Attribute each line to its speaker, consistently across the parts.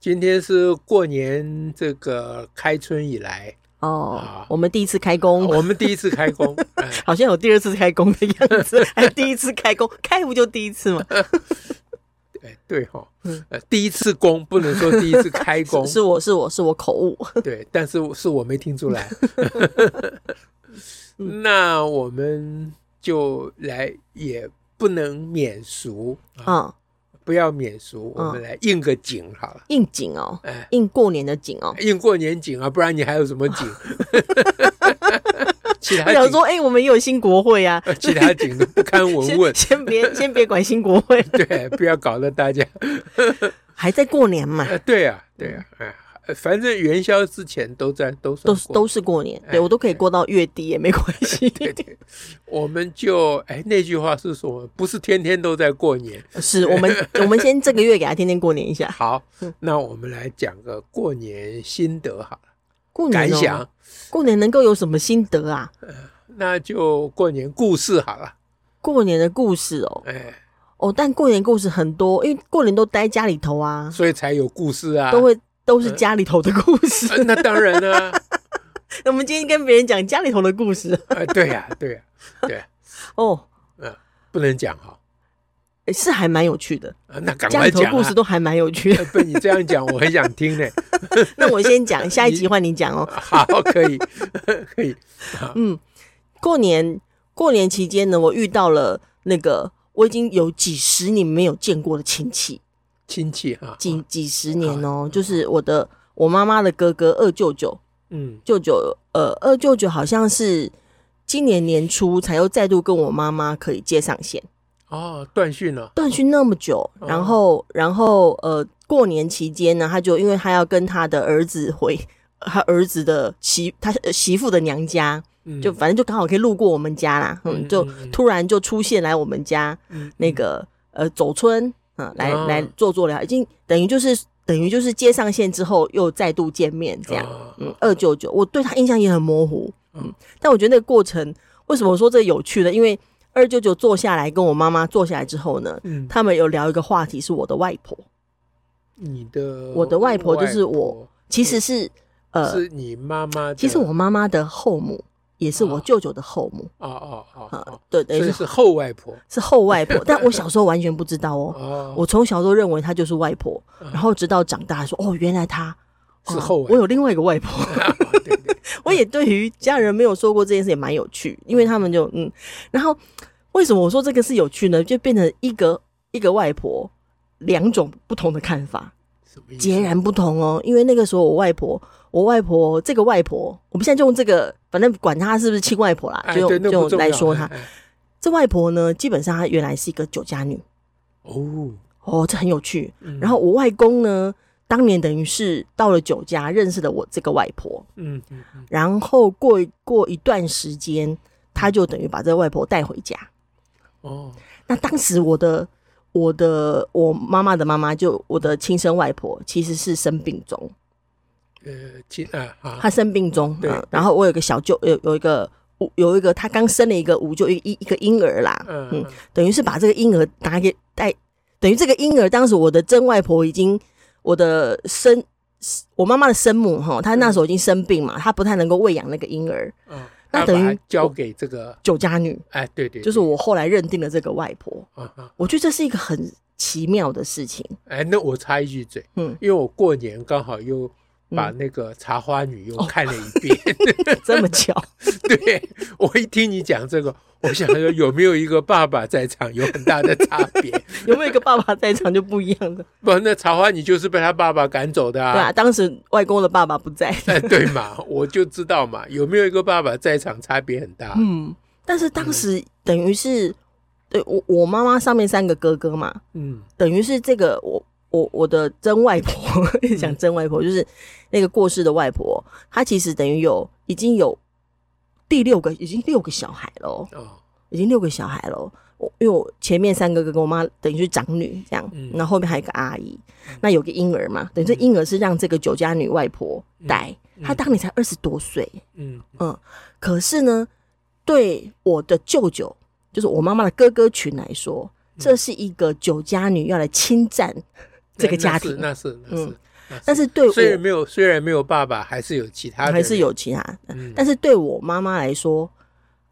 Speaker 1: 今天是过年这个开春以来，
Speaker 2: 哦
Speaker 1: 啊，哦
Speaker 2: 我们第一次开工，
Speaker 1: 我们第一次开 工，哎
Speaker 2: 好像有第二次开工的样 子，还第一次开工，开不就第一次吗？
Speaker 1: 哎，对哈
Speaker 2: 嗯，
Speaker 1: 呃，第一次工不能说第一次开工，
Speaker 2: 是我是我是嗯我口误，
Speaker 1: 对，但是是我没听 出来。那我们就来，也不能免俗啊，
Speaker 2: 嗯，
Speaker 1: 不要免俗，
Speaker 2: 嗯
Speaker 1: 我们来应个景好了，
Speaker 2: 应景哦，
Speaker 1: 哎，
Speaker 2: 应过年的景哦。
Speaker 1: 应过年景啊，不然你还有什么 景？其
Speaker 2: 我
Speaker 1: 他
Speaker 2: 想
Speaker 1: 景
Speaker 2: 说，，哎、我们也有新国会 啊，
Speaker 1: 呃其他景都不堪闻问
Speaker 2: 先，先别 先别管新国会，
Speaker 1: 对，不要搞得大家
Speaker 2: 还在过年嘛，
Speaker 1: 呃，对啊，
Speaker 2: 嗯
Speaker 1: 对啊，哎，呃反正元宵之前都在都算
Speaker 2: 都是
Speaker 1: 过
Speaker 2: 都是过年，
Speaker 1: 哎
Speaker 2: 对我都可以过到月底也没关系，
Speaker 1: 对对，我们就哎那句话是什么？不是天天都在过年。
Speaker 2: 是我们我们先这个月给他天天过年一下，
Speaker 1: 好
Speaker 2: 嗯，
Speaker 1: 那我们来讲个过年心得好了，
Speaker 2: 过年、
Speaker 1: 感
Speaker 2: 哦、
Speaker 1: 想，
Speaker 2: 过年能够有什么心得啊？
Speaker 1: 那就过年故事好了。
Speaker 2: 过年的故事哦，
Speaker 1: 哎，
Speaker 2: 哦，但过年故事很多，因为过年都待家里头啊，
Speaker 1: 所以才有故事啊。
Speaker 2: 都会都是家里头的故
Speaker 1: 呃、
Speaker 2: 事。
Speaker 1: 那当然啦、啊，
Speaker 2: 我们今天跟别人讲家里头的故事
Speaker 1: 呃，对呀、对呀、对呀、
Speaker 2: 哦，
Speaker 1: 不能讲哈、
Speaker 2: 诶是还蛮有趣的，
Speaker 1: 啊那赶
Speaker 2: 家
Speaker 1: 快
Speaker 2: 里头
Speaker 1: 讲
Speaker 2: 故
Speaker 1: 啊
Speaker 2: 事！都还蛮有趣的。
Speaker 1: 呃被你这样讲，我很想听呢。
Speaker 2: 那我先讲，下一集换你讲哦。
Speaker 1: 好，可以， 可以。
Speaker 2: 嗯，过年过年期间呢，我遇到了那个我已经有几十年没有见过的亲戚，
Speaker 1: 亲戚哈、
Speaker 2: 几几十年哦，就是我的我妈妈的哥哥二舅舅，
Speaker 1: 嗯
Speaker 2: 舅舅呃二舅舅好像是今年年初才又再度跟我妈妈可以接上线。
Speaker 1: 哦，断讯了。
Speaker 2: 断讯那么久，
Speaker 1: 哦
Speaker 2: 然后，然后，呃，过年期间呢，他就因为他要跟他的儿子回他儿子的媳他呃媳妇的娘家，
Speaker 1: 嗯
Speaker 2: 就反正就刚好可以路过我们家啦，
Speaker 1: 嗯
Speaker 2: 嗯，就
Speaker 1: 嗯嗯
Speaker 2: 突然就出现来我们家
Speaker 1: 嗯
Speaker 2: 那个呃走村啊，来
Speaker 1: 哦
Speaker 2: 来做做聊，已经等于就是等于就是接上线之后又再度见面这样，
Speaker 1: 哦
Speaker 2: 嗯，二九九，我对他印象也很模糊，嗯
Speaker 1: 嗯，
Speaker 2: 但我觉得那个过程为什么我说这有趣呢？因为二九九坐下来跟我妈妈坐下来之后呢，
Speaker 1: 嗯，
Speaker 2: 他们有聊一个话题，是我的外婆，
Speaker 1: 你的
Speaker 2: 我的外婆就是我其实是
Speaker 1: 外
Speaker 2: 呃
Speaker 1: 嗯婆，，是你妈妈的。
Speaker 2: 其实我妈妈的后母，也是我
Speaker 1: 哦
Speaker 2: 舅舅的后母，
Speaker 1: 哦哦哦
Speaker 2: 啊
Speaker 1: 哦，
Speaker 2: 对，等
Speaker 1: 所
Speaker 2: 于
Speaker 1: 以
Speaker 2: 是
Speaker 1: 是后外婆
Speaker 2: 是后外婆，但 我小时候完全不知道哦，
Speaker 1: 哦，
Speaker 2: 我从小都认为她就是外婆，
Speaker 1: 嗯
Speaker 2: 然后直到长大说，哦，原来她
Speaker 1: 是
Speaker 2: 哦
Speaker 1: 后外
Speaker 2: 我有另外一个外 婆，
Speaker 1: 啊对对，
Speaker 2: 我也对于家人没有说过这件事也蛮有趣，因为他们就嗯，然后为什么我说这个是有趣呢？就变成一个一个外婆，两种不同的看法，
Speaker 1: 什么意思
Speaker 2: 截然不同哦。因为那个时候我外婆，我外婆这个外婆，我们现在就用这个，反正管她是不是亲外婆啦，
Speaker 1: 哎
Speaker 2: 就
Speaker 1: 对
Speaker 2: 用
Speaker 1: 那
Speaker 2: 就
Speaker 1: 不
Speaker 2: 用
Speaker 1: 重
Speaker 2: 来
Speaker 1: 要
Speaker 2: 说
Speaker 1: 哎
Speaker 2: 她
Speaker 1: 哎
Speaker 2: 这外婆呢，基本上她原来是一个酒家女
Speaker 1: 哦，
Speaker 2: 哦，这很有趣。
Speaker 1: 嗯
Speaker 2: 然后我外公呢，当年等于是到了酒家认识了我这个外婆，
Speaker 1: 嗯嗯嗯
Speaker 2: 然后过过一段时间，他就等于把这外婆带回家。
Speaker 1: 哦
Speaker 2: 那当时我的我的我妈妈的妈妈就我的亲生外婆其实是生病中，
Speaker 1: 呃亲啊啊
Speaker 2: 她生病中，
Speaker 1: 对
Speaker 2: 嗯然后我有个小舅有有一个五有一个她刚生了一个五就一一一个婴儿啦，
Speaker 1: 嗯
Speaker 2: 等于是把这个婴儿拿给带，等于这个婴儿当时我的曾外婆已经我的生我妈妈的生母哈，她那时候已经生病嘛，她不太能够喂养那个婴儿，
Speaker 1: 啊，
Speaker 2: 那
Speaker 1: 她
Speaker 2: 等
Speaker 1: 把
Speaker 2: 于
Speaker 1: 它交
Speaker 2: 我
Speaker 1: 给这个
Speaker 2: 酒家女。
Speaker 1: 哎对对，
Speaker 2: 就是我后来认定了这个外婆，
Speaker 1: 对啊啊
Speaker 2: 我觉得这是一个很奇妙的事情。
Speaker 1: 哎，那我插一句嘴，
Speaker 2: 嗯，
Speaker 1: 因为我过年刚好又。把
Speaker 2: 嗯哦
Speaker 1: 那个《茶花女》又看了一 遍，
Speaker 2: 这么巧，
Speaker 1: 对我一听你讲这个，我想说有没有一个爸爸在场有很大的差 别。
Speaker 2: 有没有一个爸爸在场就不一样的？
Speaker 1: 不，那茶花你就是被他爸爸赶走的啊。
Speaker 2: 对啊，当时外公的爸爸不在。
Speaker 1: 哎，对嘛，我就知道嘛，有没有一个爸爸在场差别很大。
Speaker 2: 嗯，但是当时等于是对我我妈妈上面三个哥哥嘛，
Speaker 1: 嗯
Speaker 2: 等于是这个我我我的曾外婆， 讲曾外婆就是那个过世的外婆，她其实等于有已经有第六个，已经六个小孩了哦，
Speaker 1: 哦，
Speaker 2: 已经六个小孩了哦。我因为我前面三个跟我妈等于是长女这样
Speaker 1: 嗯，
Speaker 2: 然后后面还有一个阿姨，那有个婴儿嘛，等于这婴儿是让这个酒家女外婆带，她当年才二十多岁，
Speaker 1: 嗯
Speaker 2: 可是呢，对我的舅舅，就是我妈妈的哥哥群来说，
Speaker 1: 嗯
Speaker 2: 这是一个酒家女要来侵 占这个家庭，
Speaker 1: 哎
Speaker 2: 嗯
Speaker 1: 那是那是那是，那
Speaker 2: 但是对我
Speaker 1: 虽然没有虽然没有爸爸，还是有其他的人，
Speaker 2: 还是有其他的，
Speaker 1: 嗯，
Speaker 2: 但是对我妈妈来说，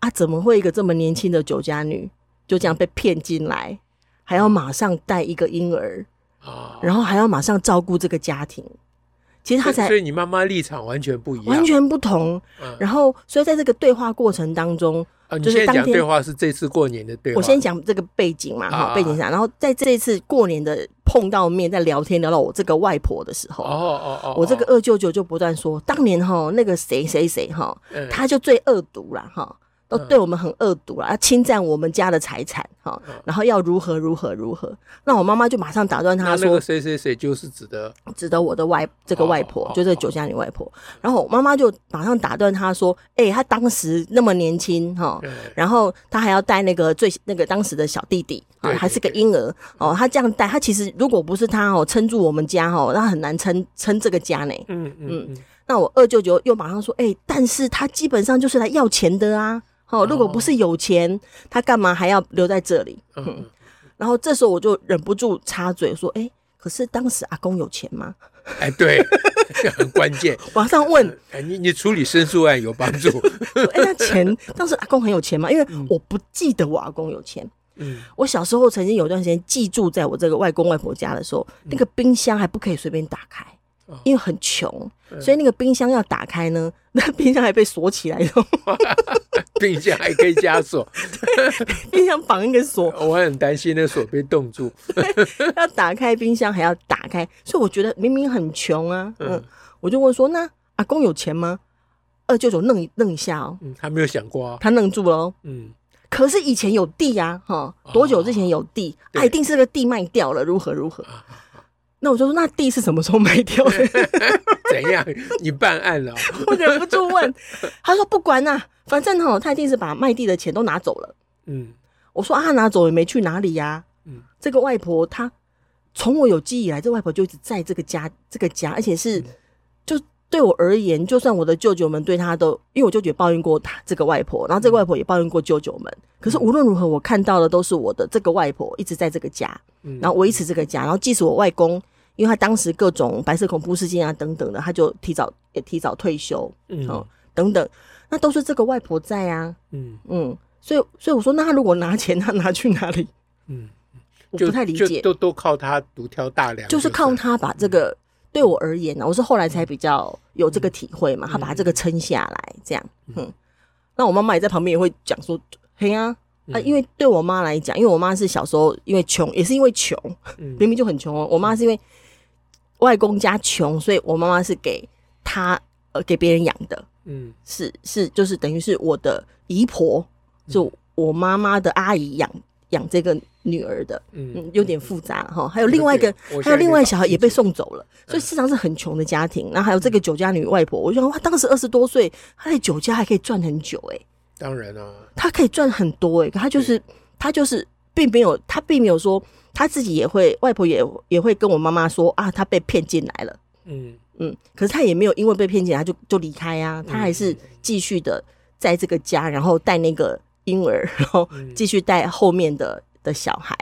Speaker 2: 啊，怎么会一个这么年轻的酒家女就这样被骗进来，还要马上带一个婴儿，
Speaker 1: 啊，
Speaker 2: 然后还要马上照顾这个家庭？其实她
Speaker 1: 所
Speaker 2: 才
Speaker 1: 以所以你妈妈立场完全不一样，
Speaker 2: 完全不同。
Speaker 1: 嗯
Speaker 2: 然后，所以在这个对话过程当中，
Speaker 1: 啊，你
Speaker 2: 就是
Speaker 1: 现在
Speaker 2: 当
Speaker 1: 讲
Speaker 2: 天
Speaker 1: 对话是这次过年的对话，
Speaker 2: 我先讲这个背景嘛，
Speaker 1: 啊
Speaker 2: 哈，背景下，然后在这一次过年的碰到面，在聊天聊到我这个外婆的时候，
Speaker 1: 哦哦哦，
Speaker 2: 我这个
Speaker 1: 哦
Speaker 2: 二舅舅就不断说，当年哈那个谁谁谁哈，
Speaker 1: 嗯
Speaker 2: 他就最恶毒啦哈，都
Speaker 1: 嗯
Speaker 2: 对我们很恶毒啦，他侵占我们家的财产哈
Speaker 1: 嗯，
Speaker 2: 然后要如何如何如何，那我妈妈就马上打断
Speaker 1: 那
Speaker 2: 他
Speaker 1: 那
Speaker 2: 说哦
Speaker 1: 个，谁谁谁就是指的
Speaker 2: 指的我的外这个外婆
Speaker 1: 哦，
Speaker 2: 就这个酒家女外婆，然后我妈妈就马上打断他说，哎，他当时那么年轻哈，
Speaker 1: 嗯
Speaker 2: 然后他还要带那个最那个当时的小弟弟啊，
Speaker 1: 对
Speaker 2: 还是个婴儿哦。他这样带，他其实如果不是他哦撑住我们家哦，那很难撑撑这个家呢。
Speaker 1: 嗯嗯嗯
Speaker 2: 那我二舅舅又马上说，哎、但是他基本上就是来要钱的啊。哦，如果不是有钱，他干嘛还要留在这里？
Speaker 1: 嗯嗯，
Speaker 2: 然后这时候我就忍不住插嘴说，哎、可是当时阿公有钱吗？
Speaker 1: 哎，对， 这很关键。
Speaker 2: 马上问，
Speaker 1: 哎，你你处理申诉案有帮助。
Speaker 2: 哎、那钱当时阿公很有钱吗？因为我不记得我阿公有钱。
Speaker 1: 嗯，
Speaker 2: 我小时候曾经有一段时间寄住在我这个外公外婆家的时候，那个冰箱还不可以随便打开
Speaker 1: 哦，
Speaker 2: 因为很穷，所以那个冰箱要打开呢，那冰箱还被锁起来，然后
Speaker 1: 并且还可以加锁，
Speaker 2: 冰箱绑一个锁，
Speaker 1: 我很担心那锁被冻住。
Speaker 2: 要打开冰箱还要打开，所以我觉得明明很穷啊，嗯，
Speaker 1: 嗯
Speaker 2: 我就问说，那阿公有钱吗？二舅舅愣一愣一下哦，
Speaker 1: 嗯，他没有想过啊。
Speaker 2: 他愣住了哦。
Speaker 1: 嗯，
Speaker 2: 可是以前有地呀、哈，多久之前有地？
Speaker 1: 对
Speaker 2: 啊，一定是个地卖掉了，如何如何？那我就说，那地是什么时候卖掉的？
Speaker 1: 怎样？你办案了？
Speaker 2: 我忍不住问，他说不管啦、反正哈、他一定是把卖地的钱都拿走了。
Speaker 1: 嗯
Speaker 2: 我说啊，他拿走也没去哪里呀、
Speaker 1: 嗯
Speaker 2: 这个外婆她从我有记忆以来，这外婆就一直在这个家，这个家，而且
Speaker 1: 嗯
Speaker 2: 是就对我而言，就算我的舅舅们对她都，因为我舅舅也抱怨过她这个外婆，然后
Speaker 1: 嗯
Speaker 2: 这个外婆也抱怨过舅舅们。可是无论如何，我看到的都是我的这个外婆一直在这个家，
Speaker 1: 嗯，
Speaker 2: 然后维持这个家，然后即使我外公。因为他当时各种白色恐怖事件啊等等的，他就提早也提早退休，
Speaker 1: 嗯
Speaker 2: 哦，等等，那都是这个外婆在啊，
Speaker 1: 嗯
Speaker 2: 嗯，所以所以我说，那他如果拿钱，他拿去哪里？
Speaker 1: 嗯，
Speaker 2: 我
Speaker 1: 就
Speaker 2: 不太理
Speaker 1: 就
Speaker 2: 解，
Speaker 1: 都都靠他独挑大梁，
Speaker 2: 就是靠啊他
Speaker 1: 他。
Speaker 2: 把这嗯个、对我而言呢、啊我是后来才比较有这个体会嘛，他把这个撑下来，这样，嗯，那我妈妈也在旁边也会讲说，嘿呀、啊。啊，
Speaker 1: 嗯
Speaker 2: 因为对我妈来讲，因为我妈是小时候因为穷，也是因为穷，
Speaker 1: 嗯
Speaker 2: 明明就很穷哦。我妈是因为外公家穷，所以我妈妈是给她呃给别人养的，
Speaker 1: 嗯
Speaker 2: 是是，就是等于是我的姨婆，
Speaker 1: 嗯
Speaker 2: 就我妈妈的阿姨养养这个女儿的，
Speaker 1: 嗯
Speaker 2: 嗯，有点复杂哈。还有另外一个
Speaker 1: 我现
Speaker 2: 还
Speaker 1: 在，
Speaker 2: 有另外一个小孩
Speaker 1: 有点搞
Speaker 2: 也被
Speaker 1: 不清楚嗯
Speaker 2: 送走了，所以市场是很穷的家庭。然后还有这个酒家女外婆，我就想哇，当时二十多岁，她在酒家还可以赚很久哎、欸
Speaker 1: 当然啊，
Speaker 2: 她可以赚很多哎、欸可她就是她就是并没有，她并没有说她自己也会，外婆也也会跟我妈妈说啊，她被骗进来了。
Speaker 1: 嗯
Speaker 2: 嗯，可是他也没有因为被骗钱，他就就离开啊，他还是继续的在这个家，然后带那个婴儿， 然后
Speaker 1: 嗯
Speaker 2: 继续带后面的的小孩。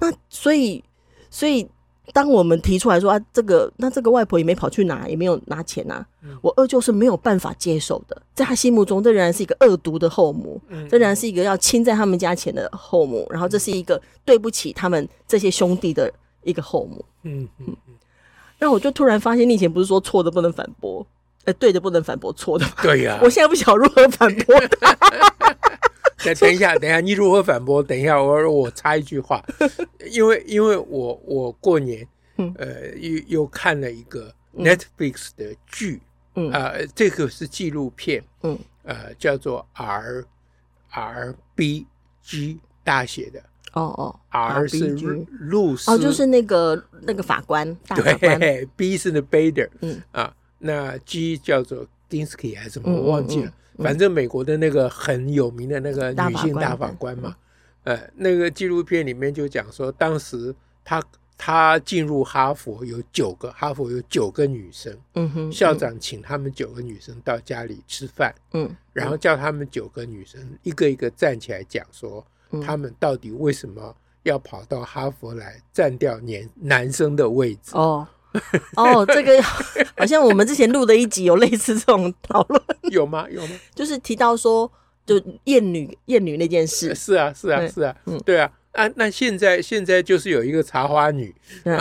Speaker 2: 那所以，所以当我们提出来说啊，这个那这个外婆也没跑去拿，也没有拿钱啊
Speaker 1: 嗯，
Speaker 2: 我二舅是没有办法接受的，在他心目中，这仍然是一个恶毒的后母，
Speaker 1: 嗯，
Speaker 2: 这仍然是一个要侵占他们家钱的后母，然后这是一个对不起他们这些兄弟的一个后母。
Speaker 1: 嗯嗯嗯，
Speaker 2: 那我就突然发现，你以前不是说错的不能反驳，呃，对的不能反驳错的吗？
Speaker 1: 对呀。
Speaker 2: 我现在不晓得如何反驳他。
Speaker 1: 等等一下，等一下，你如何反驳？等一下，我我插一 句话，因为因为我我过年
Speaker 2: 嗯，
Speaker 1: 呃，又又看了一个 Netflix 的剧，
Speaker 2: 嗯
Speaker 1: 呃，这个是纪录片，
Speaker 2: 嗯，
Speaker 1: 呃，叫做 R R B G 大写的
Speaker 2: 哦哦
Speaker 1: R 是
Speaker 2: RBG
Speaker 1: 路斯，
Speaker 2: 哦，就是那个那个法官大法官，
Speaker 1: 对，B 是那 Bader，
Speaker 2: 嗯
Speaker 1: 啊，那 G 叫做 Dinsky 还是什么，
Speaker 2: 嗯
Speaker 1: 我忘记了。反正美国的那个很有名的那个
Speaker 2: 大
Speaker 1: 女
Speaker 2: 法
Speaker 1: 性
Speaker 2: 官嗯
Speaker 1: 大法官嘛，呃，那个纪录片里面就讲说，当时她她进入哈佛有九个，哈佛有九个女生，
Speaker 2: 嗯哼，
Speaker 1: 校长请他们九个女生到家里吃饭，
Speaker 2: 嗯，
Speaker 1: 然后叫他们九个女生一个一个站起来讲说，
Speaker 2: 嗯
Speaker 1: 他们到底为什么要跑到哈佛来占掉年男生的位置？
Speaker 2: 哦。哦，这个好像我们之前录的一集有类似这种讨论，
Speaker 1: 有吗？有吗？
Speaker 2: 就是提到说，就厌女厌女那件 事，
Speaker 1: 是啊，是啊，
Speaker 2: 对
Speaker 1: 是啊
Speaker 2: 嗯，
Speaker 1: 对啊。啊，那现在现在就是有一个茶花女，
Speaker 2: 嗯，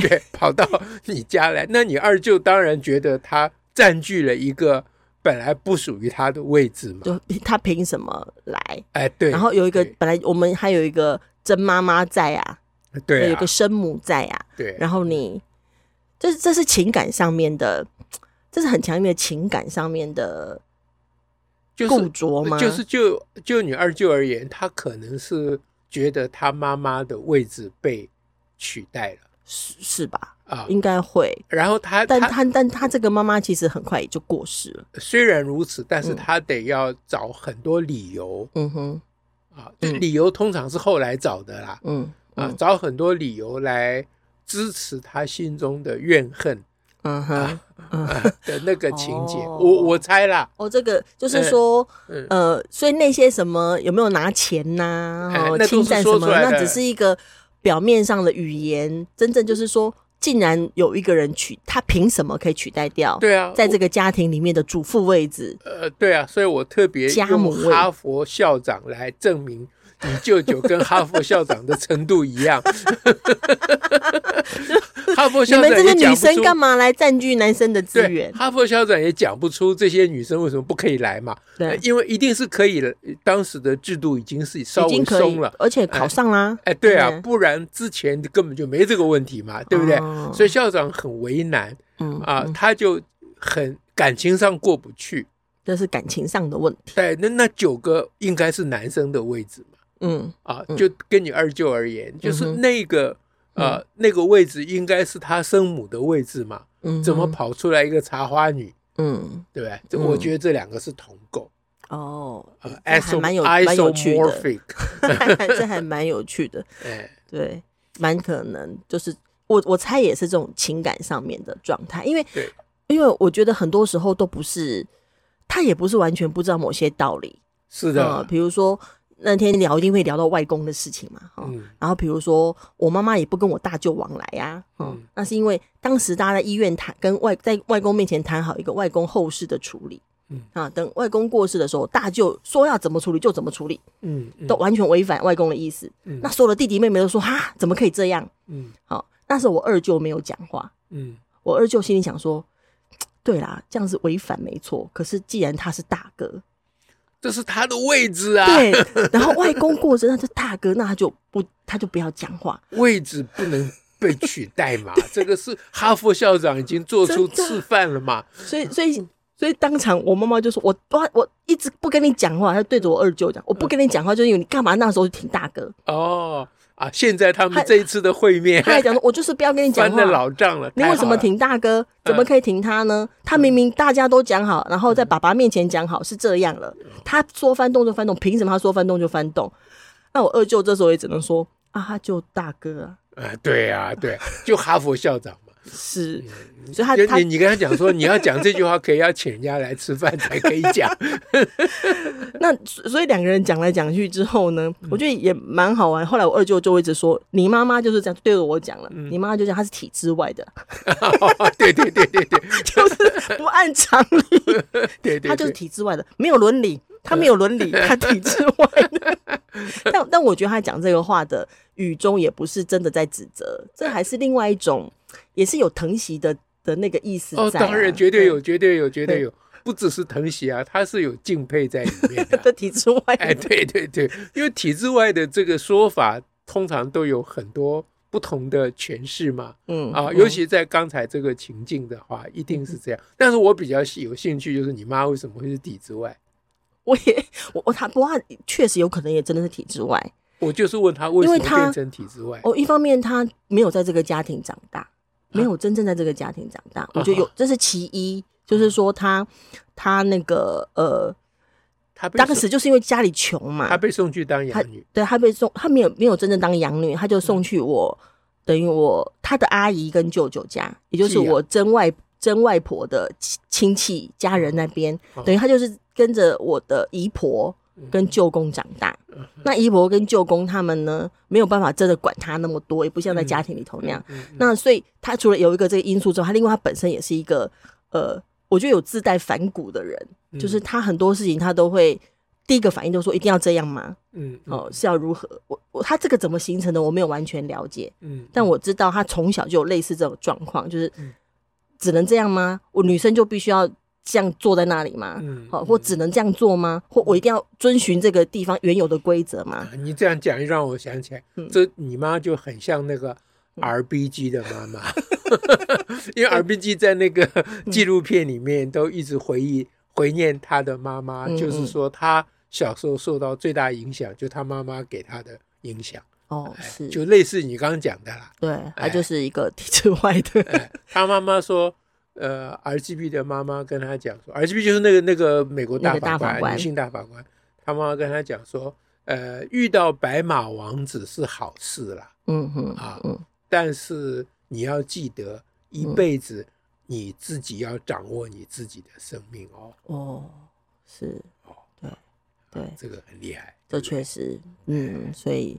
Speaker 2: 对
Speaker 1: 不，对？ 跑到你家来，那你二舅当然觉得她占据了一个本来不属于她的位置嘛。
Speaker 2: 就他凭什么来？
Speaker 1: 哎，对。
Speaker 2: 然后有一个
Speaker 1: 对
Speaker 2: 本来我们还有一个真妈妈在啊，
Speaker 1: 对
Speaker 2: 有一
Speaker 1: 啊
Speaker 2: 个，生母在啊，
Speaker 1: 对，
Speaker 2: 然后你，这是这是情感上面的，这是很强烈的情感上面的
Speaker 1: 就
Speaker 2: 固
Speaker 1: 是
Speaker 2: 着吗？
Speaker 1: 就是就就你二舅而言，她可能是觉得她妈妈的位置被取代了
Speaker 2: 是是吧？
Speaker 1: 啊。
Speaker 2: 应该会，
Speaker 1: 然后她
Speaker 2: 但
Speaker 1: 她
Speaker 2: 他但他这个妈妈其实很快也就过世了。
Speaker 1: 虽然如此，但是
Speaker 2: 嗯
Speaker 1: 她得要找很多理由
Speaker 2: 嗯哼，
Speaker 1: 啊，这
Speaker 2: 嗯
Speaker 1: 理由通常是后来找的啦。
Speaker 2: 嗯
Speaker 1: 啊
Speaker 2: 嗯，
Speaker 1: 找很多理由来支持他心中的怨恨
Speaker 2: 嗯哼，
Speaker 1: 啊的那个情节。
Speaker 2: 哦
Speaker 1: 我我猜啦，
Speaker 2: 哦，这个就是说，
Speaker 1: 嗯，
Speaker 2: 呃，所以那些什么有没有拿钱呐、
Speaker 1: 哎
Speaker 2: 哦，
Speaker 1: 那都是
Speaker 2: 侵占什
Speaker 1: 说
Speaker 2: 么，
Speaker 1: 出来的
Speaker 2: 那只是一个表面上的语言，真正就是说，竟然有一个人取，他凭什么可以取代掉？
Speaker 1: 对啊，
Speaker 2: 在这
Speaker 1: 个
Speaker 2: 个家庭里面的主妇位置，
Speaker 1: 呃，对啊，所以我特别
Speaker 2: 家母
Speaker 1: 用
Speaker 2: 味
Speaker 1: 哈佛校长来证明你舅舅跟哈佛校长的程度一 样。哈佛
Speaker 2: 你
Speaker 1: 校
Speaker 2: 们
Speaker 1: 长
Speaker 2: 这些
Speaker 1: 也讲
Speaker 2: 女
Speaker 1: 不
Speaker 2: 生
Speaker 1: 出
Speaker 2: 干嘛来占据男生的资
Speaker 1: 对
Speaker 2: 源？
Speaker 1: 哈佛校长也讲不出这些女生为什么不可以来嘛，
Speaker 2: 对，
Speaker 1: 因为一定是可以了，当时的制度已经是稍
Speaker 2: 已经
Speaker 1: 微
Speaker 2: 可以
Speaker 1: 松了。，
Speaker 2: 而且考上啦。
Speaker 1: 哎，对啊，
Speaker 2: 嗯
Speaker 1: 不然之前根本就没这个问题嘛，对不对？
Speaker 2: 哦
Speaker 1: 所以校长很为难
Speaker 2: 嗯
Speaker 1: 啊，
Speaker 2: 嗯
Speaker 1: 他就很感情上过不去。
Speaker 2: 这是感情上的问题。
Speaker 1: 对，那那九个应该是男生的位置嘛，
Speaker 2: 嗯
Speaker 1: 啊
Speaker 2: 嗯，
Speaker 1: 就跟你二舅而言，就是
Speaker 2: 嗯哼
Speaker 1: 那个呃那个位置应该是他生母的位置嘛，
Speaker 2: 嗯，
Speaker 1: 怎么？跑出来一个茶花女，
Speaker 2: 嗯，
Speaker 1: 对不对？这
Speaker 2: 嗯
Speaker 1: 我觉得这两个是同构。
Speaker 2: 哦，
Speaker 1: 呃
Speaker 2: 这还蛮有
Speaker 1: iso-
Speaker 2: 蛮有趣的，
Speaker 1: isomorphic，
Speaker 2: 这还蛮有趣的，
Speaker 1: 哎，
Speaker 2: 对，蛮可能就是我我猜也是这种情感上面的状态，因为
Speaker 1: 对
Speaker 2: 因为我觉得很多时候都不是他也不是完全不知道某些道理，
Speaker 1: 是
Speaker 2: 呃，
Speaker 1: 的，
Speaker 2: 比如说那天聊一定会聊到外公的事情嘛，哦，
Speaker 1: 嗯，
Speaker 2: 然后比如说我妈妈也不跟我大舅往来呀、啊，嗯
Speaker 1: 嗯，
Speaker 2: 那是因为当时大家在医院谈跟外在外公面前谈好一个外公后事的处理，
Speaker 1: 嗯
Speaker 2: 啊，等外公过世的时候，大舅说要怎么处理就怎么处理，
Speaker 1: 嗯嗯
Speaker 2: 都完全违反外公的意思。
Speaker 1: 嗯
Speaker 2: 那所有的弟弟妹妹都说哈，怎么可以这样？
Speaker 1: 嗯
Speaker 2: 好、那时候我二舅没有讲话，
Speaker 1: 嗯
Speaker 2: 我二舅心里想说，对啦，这样是违反没错，可是既然他是大哥，
Speaker 1: 这是他的位置啊，
Speaker 2: 对，然后外公过世，那是大哥，那他就不他就不要讲话，
Speaker 1: 位置不能被取代 嘛，这个是哈佛校长已经做出示范了嘛，
Speaker 2: 所以，所以，所以当场我妈妈就说：“我我我一直不跟你讲话。”她对着我二舅讲：“我不跟你讲话，就是因为你干嘛那时候挺大 哥。
Speaker 1: 哦啊，现在他
Speaker 2: 还
Speaker 1: 们这一次的会”面
Speaker 2: 她还讲说：“我就是不要跟你讲
Speaker 1: 翻了
Speaker 2: 话。”
Speaker 1: 老账了，
Speaker 2: 你
Speaker 1: 太
Speaker 2: 为
Speaker 1: 好
Speaker 2: 什么
Speaker 1: 了？嗯
Speaker 2: 挺大哥？怎么可以挺他呢？他明明大家都讲好，然
Speaker 1: 嗯
Speaker 2: 后在爸爸面前讲好是这样了，他说翻动就翻动，凭什么他说翻动就翻动？那我二舅这时候也只能说啊，他就大哥啊，
Speaker 1: 啊，对啊，对，就哈佛校长嘛，
Speaker 2: 是，所以他
Speaker 1: 就
Speaker 2: 啊他
Speaker 1: 你你跟他讲说，你要讲这句话，可以要请人家来吃饭才可以 讲，
Speaker 2: 那所所以两个人讲来讲去之后呢，我觉得也蛮好玩。后来我二舅就一直说：“你妈妈就是这样对着我讲了，
Speaker 1: 嗯
Speaker 2: 你妈妈就讲她是体制外的，
Speaker 1: 对对对对对
Speaker 2: 就是不按常理，
Speaker 1: 对呃对，
Speaker 2: 她就是
Speaker 1: 对
Speaker 2: 体制外的，没有伦理，她没有伦理，她体制外 的。但但我觉得她讲这个话的语中也不是真的在指责，这还是另外一种，也是有疼惜的的那个意思
Speaker 1: 哦，
Speaker 2: 在啊、
Speaker 1: 当然绝对有，绝对有，绝
Speaker 2: 对
Speaker 1: 对有，不只是疼惜啊，他是有敬佩在里面的啊
Speaker 2: 对。的体制外的。
Speaker 1: 哎，对对对，因为体制外的这个说法，通常都有很多不同的诠释嘛。
Speaker 2: 嗯
Speaker 1: 啊，
Speaker 2: 嗯
Speaker 1: 尤其在刚才这个情境的话，一定是这样。但是我比较有兴趣，就是你妈为什么会是体制外？
Speaker 2: 我也我我他不过他确实有可能也真的是体制外，
Speaker 1: 我就是问他为什
Speaker 2: 因为
Speaker 1: 么
Speaker 2: 他
Speaker 1: 变成体制外，
Speaker 2: 哦，一方面他没有在这个家庭长大，没
Speaker 1: 嗯
Speaker 2: 有真正在这个家庭长大，我觉得有这是其一，
Speaker 1: 嗯
Speaker 2: 就是说他他那个呃，
Speaker 1: 他被
Speaker 2: 当
Speaker 1: 送
Speaker 2: 时就是因为家里穷嘛
Speaker 1: 他，被送去当养女，
Speaker 2: 对他被送，他没有没有真正当养女，他就
Speaker 1: 嗯
Speaker 2: 送去我、等于我他的阿姨跟舅舅家，也就是
Speaker 1: 寄养
Speaker 2: 我曾外曾外婆的亲亲戚家人那边，
Speaker 1: 哦
Speaker 2: 等于他就是跟着我的姨婆跟舅公长大。
Speaker 1: 嗯
Speaker 2: 那姨婆跟舅公他们呢，没有办法真的管他那么多，也不像在家庭里头那样。
Speaker 1: 嗯嗯
Speaker 2: 那所以他除了有一个这个因素之后，他另外他本身也是一个呃，我觉得有自带反骨的人，
Speaker 1: 嗯
Speaker 2: 就是他很多事情他都会第一个反应就说一定要这样吗？
Speaker 1: 嗯嗯
Speaker 2: 哦，是要如何？我我他这个怎么形成的，我没有完全了解，
Speaker 1: 嗯，
Speaker 2: 但我知道他从小就有类似这种状况，就是
Speaker 1: 嗯
Speaker 2: 只能这样吗？我女生就必须要这样坐在那里吗？
Speaker 1: 嗯
Speaker 2: 好、或只能这样做吗？或我一定要遵循这个地方原有的规则吗？
Speaker 1: 啊你这样讲又让我想起来
Speaker 2: 嗯，
Speaker 1: 这你妈就很像那个 RBG 的 妈妈，因为 RBG 在那个
Speaker 2: 嗯
Speaker 1: 纪录片里面都一直回忆回念她的妈妈，
Speaker 2: 嗯
Speaker 1: 就是
Speaker 2: 嗯
Speaker 1: 说她小时候受到最大影响，就她妈妈给她的影响，
Speaker 2: 哦，是，
Speaker 1: 哎就类似你刚刚讲的啦。
Speaker 2: 对，他
Speaker 1: 哎
Speaker 2: 就是一个体制外的，
Speaker 1: 哎，她妈妈说。呃，RGB 的妈妈跟她讲说，RGB 就是那个那个美国
Speaker 2: 那
Speaker 1: 大
Speaker 2: 个大
Speaker 1: 法
Speaker 2: 法
Speaker 1: 官，
Speaker 2: 官
Speaker 1: 女性大法官。她妈妈跟她讲说，呃，遇到白马王子是好事啦，
Speaker 2: 嗯哼，
Speaker 1: 啊
Speaker 2: 嗯，
Speaker 1: 但是你要记得，一辈子你自己要掌握你自己的生命哦，
Speaker 2: 哦，是，对，对，
Speaker 1: 这个很厉害。
Speaker 2: 这确实，嗯，所以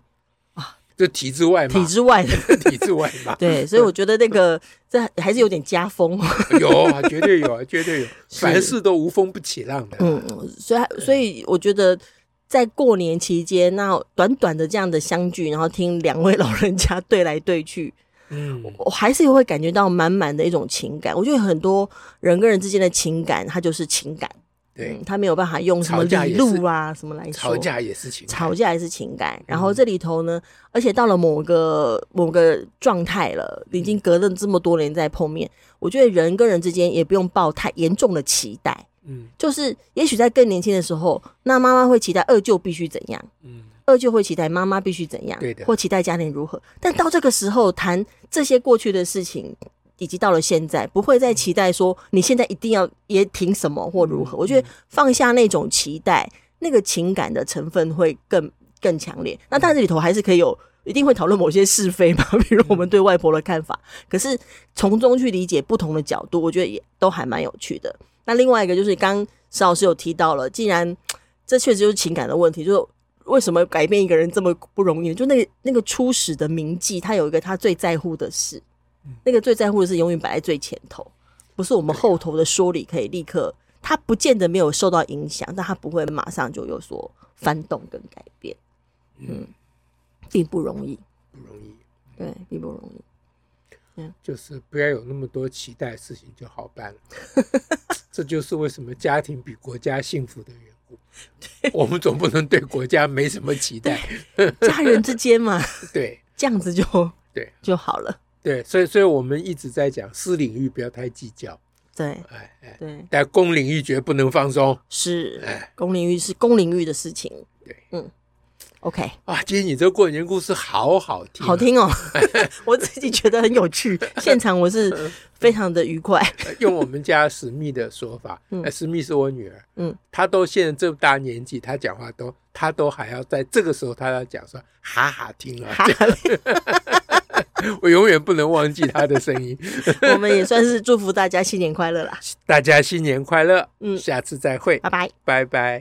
Speaker 1: 这体制外嘛，
Speaker 2: 体制外的。
Speaker 1: 体制外 嘛，
Speaker 2: 对，所以我觉得那个这还是有点家 风，
Speaker 1: 有啊，绝对有啊，绝对有，
Speaker 2: 是
Speaker 1: 凡事都无风不起浪的。
Speaker 2: 嗯，所以所以我觉得在过年期间，那短短的这样的相聚，然后听两位老人家对来对去，
Speaker 1: 嗯
Speaker 2: 我还是会感觉到满满的一种情感。我觉得很多人跟人之间的情感，它就是情感，
Speaker 1: 对
Speaker 2: 嗯，，他没有办法用什么
Speaker 1: 吵架
Speaker 2: 理
Speaker 1: 也
Speaker 2: 路啊什么来说。
Speaker 1: 吵架也是情感，
Speaker 2: 吵架也是情
Speaker 1: 嗯
Speaker 2: 感，然后这里头呢，而且到了某个某个状态了，
Speaker 1: 嗯
Speaker 2: 已经隔了这么多年再碰面，我觉得人跟人之间也不用抱太严重的期待，
Speaker 1: 嗯
Speaker 2: 就是也许在更年轻的时候，那妈妈会期待二舅必须怎样，
Speaker 1: 嗯，
Speaker 2: 二舅会期待妈妈必须怎样，
Speaker 1: 对的
Speaker 2: 或期待家庭如何。但到这个时候谈这些过去的事情，以及到了现在，不会再期待说你现在一定要也挺什么或如何。我觉得放下那种期待，那个情感的成分会更更强烈。那当然这里头还是可以有。一定会讨论某些是非嘛， 比如我们对外婆的看法，可是从中去理解不同的角度，我觉得也都还蛮有趣的。那另外一个就是刚石老师有提到了，既然这确实就是情感的问题，就是为什么改变一个人这么不容易？就那个那个初始的铭记，他有一个他最在乎的事，那个最在乎的事永远摆在最前头，不是我
Speaker 1: 啊
Speaker 2: 们后头的说理可以立刻。他不见得没有受到影响，但他不会马上就有所翻动跟改变。嗯，并不容易，
Speaker 1: 不容易，
Speaker 2: 对，并不容易。
Speaker 1: 就是不要有那么多期待，事情就好办了。 这就是为什么家庭比国家幸福的缘故。我们总不能对国家没什么期 待，
Speaker 2: 家人之间 嘛，
Speaker 1: 对。
Speaker 2: 这样子就
Speaker 1: 对
Speaker 2: 就好了。
Speaker 1: 对，所以所以我们一直在讲私领域不要太计较，
Speaker 2: 对
Speaker 1: 哎哎，
Speaker 2: 对，
Speaker 1: 但公领域绝不能放松
Speaker 2: 是
Speaker 1: 哎
Speaker 2: 公领域是公领域的事情。
Speaker 1: 对，
Speaker 2: 嗯，OK，
Speaker 1: 啊！今天你这过年故事好好听啊、
Speaker 2: 好 听哦， 我自己觉得很有趣。现场我是非常的愉快。
Speaker 1: 呃用我们家史密的说法，
Speaker 2: 嗯
Speaker 1: 呃史密是我女儿，
Speaker 2: 嗯，
Speaker 1: 她都现在这么大年纪，她讲话都，她都还要在这个时候，她要讲说哈哈听啊，
Speaker 2: 哈哈，
Speaker 1: 我永远不能忘记她的声音。
Speaker 2: 我们也算是祝福大家新年快乐啦，
Speaker 1: 大家新年快乐，
Speaker 2: 嗯
Speaker 1: 下次再会，
Speaker 2: 拜拜。
Speaker 1: 拜拜。